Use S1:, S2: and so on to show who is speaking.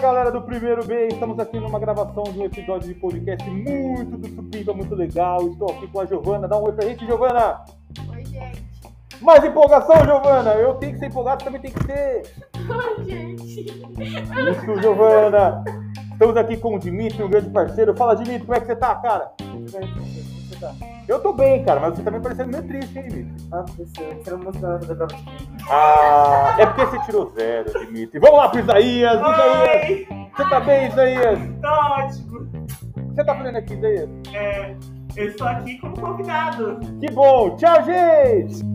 S1: galera do Primeiro B, estamos aqui numa gravação de um episódio de podcast muito do Supimpa, muito legal. Estou aqui com a Giovana, dá um oi pra gente, Giovana!
S2: Oi, gente.
S1: Mais empolgação, Giovana! Eu tenho que ser empolgado, também tem que ser!
S2: Oi, gente.
S1: Isso, Giovana! Estamos aqui com o Dimitri, um grande parceiro. Fala, Dimitri, como é que você tá, cara? Eu tô bem, cara, mas você tá me parecendo meio triste, hein, Dimitri?
S3: Ah, professor, eu quero mostrar da prova de química.
S1: Ah, é porque você tirou zero, Dimitri. Vamos lá pro Isaías, Isaías!
S3: Oi,
S1: Você tá bem, Isaías?
S3: tá ótimo.
S1: Você tá fazendo aqui, Isaías?
S3: É, eu estou aqui como convidado.
S1: Que bom! Tchau, gente!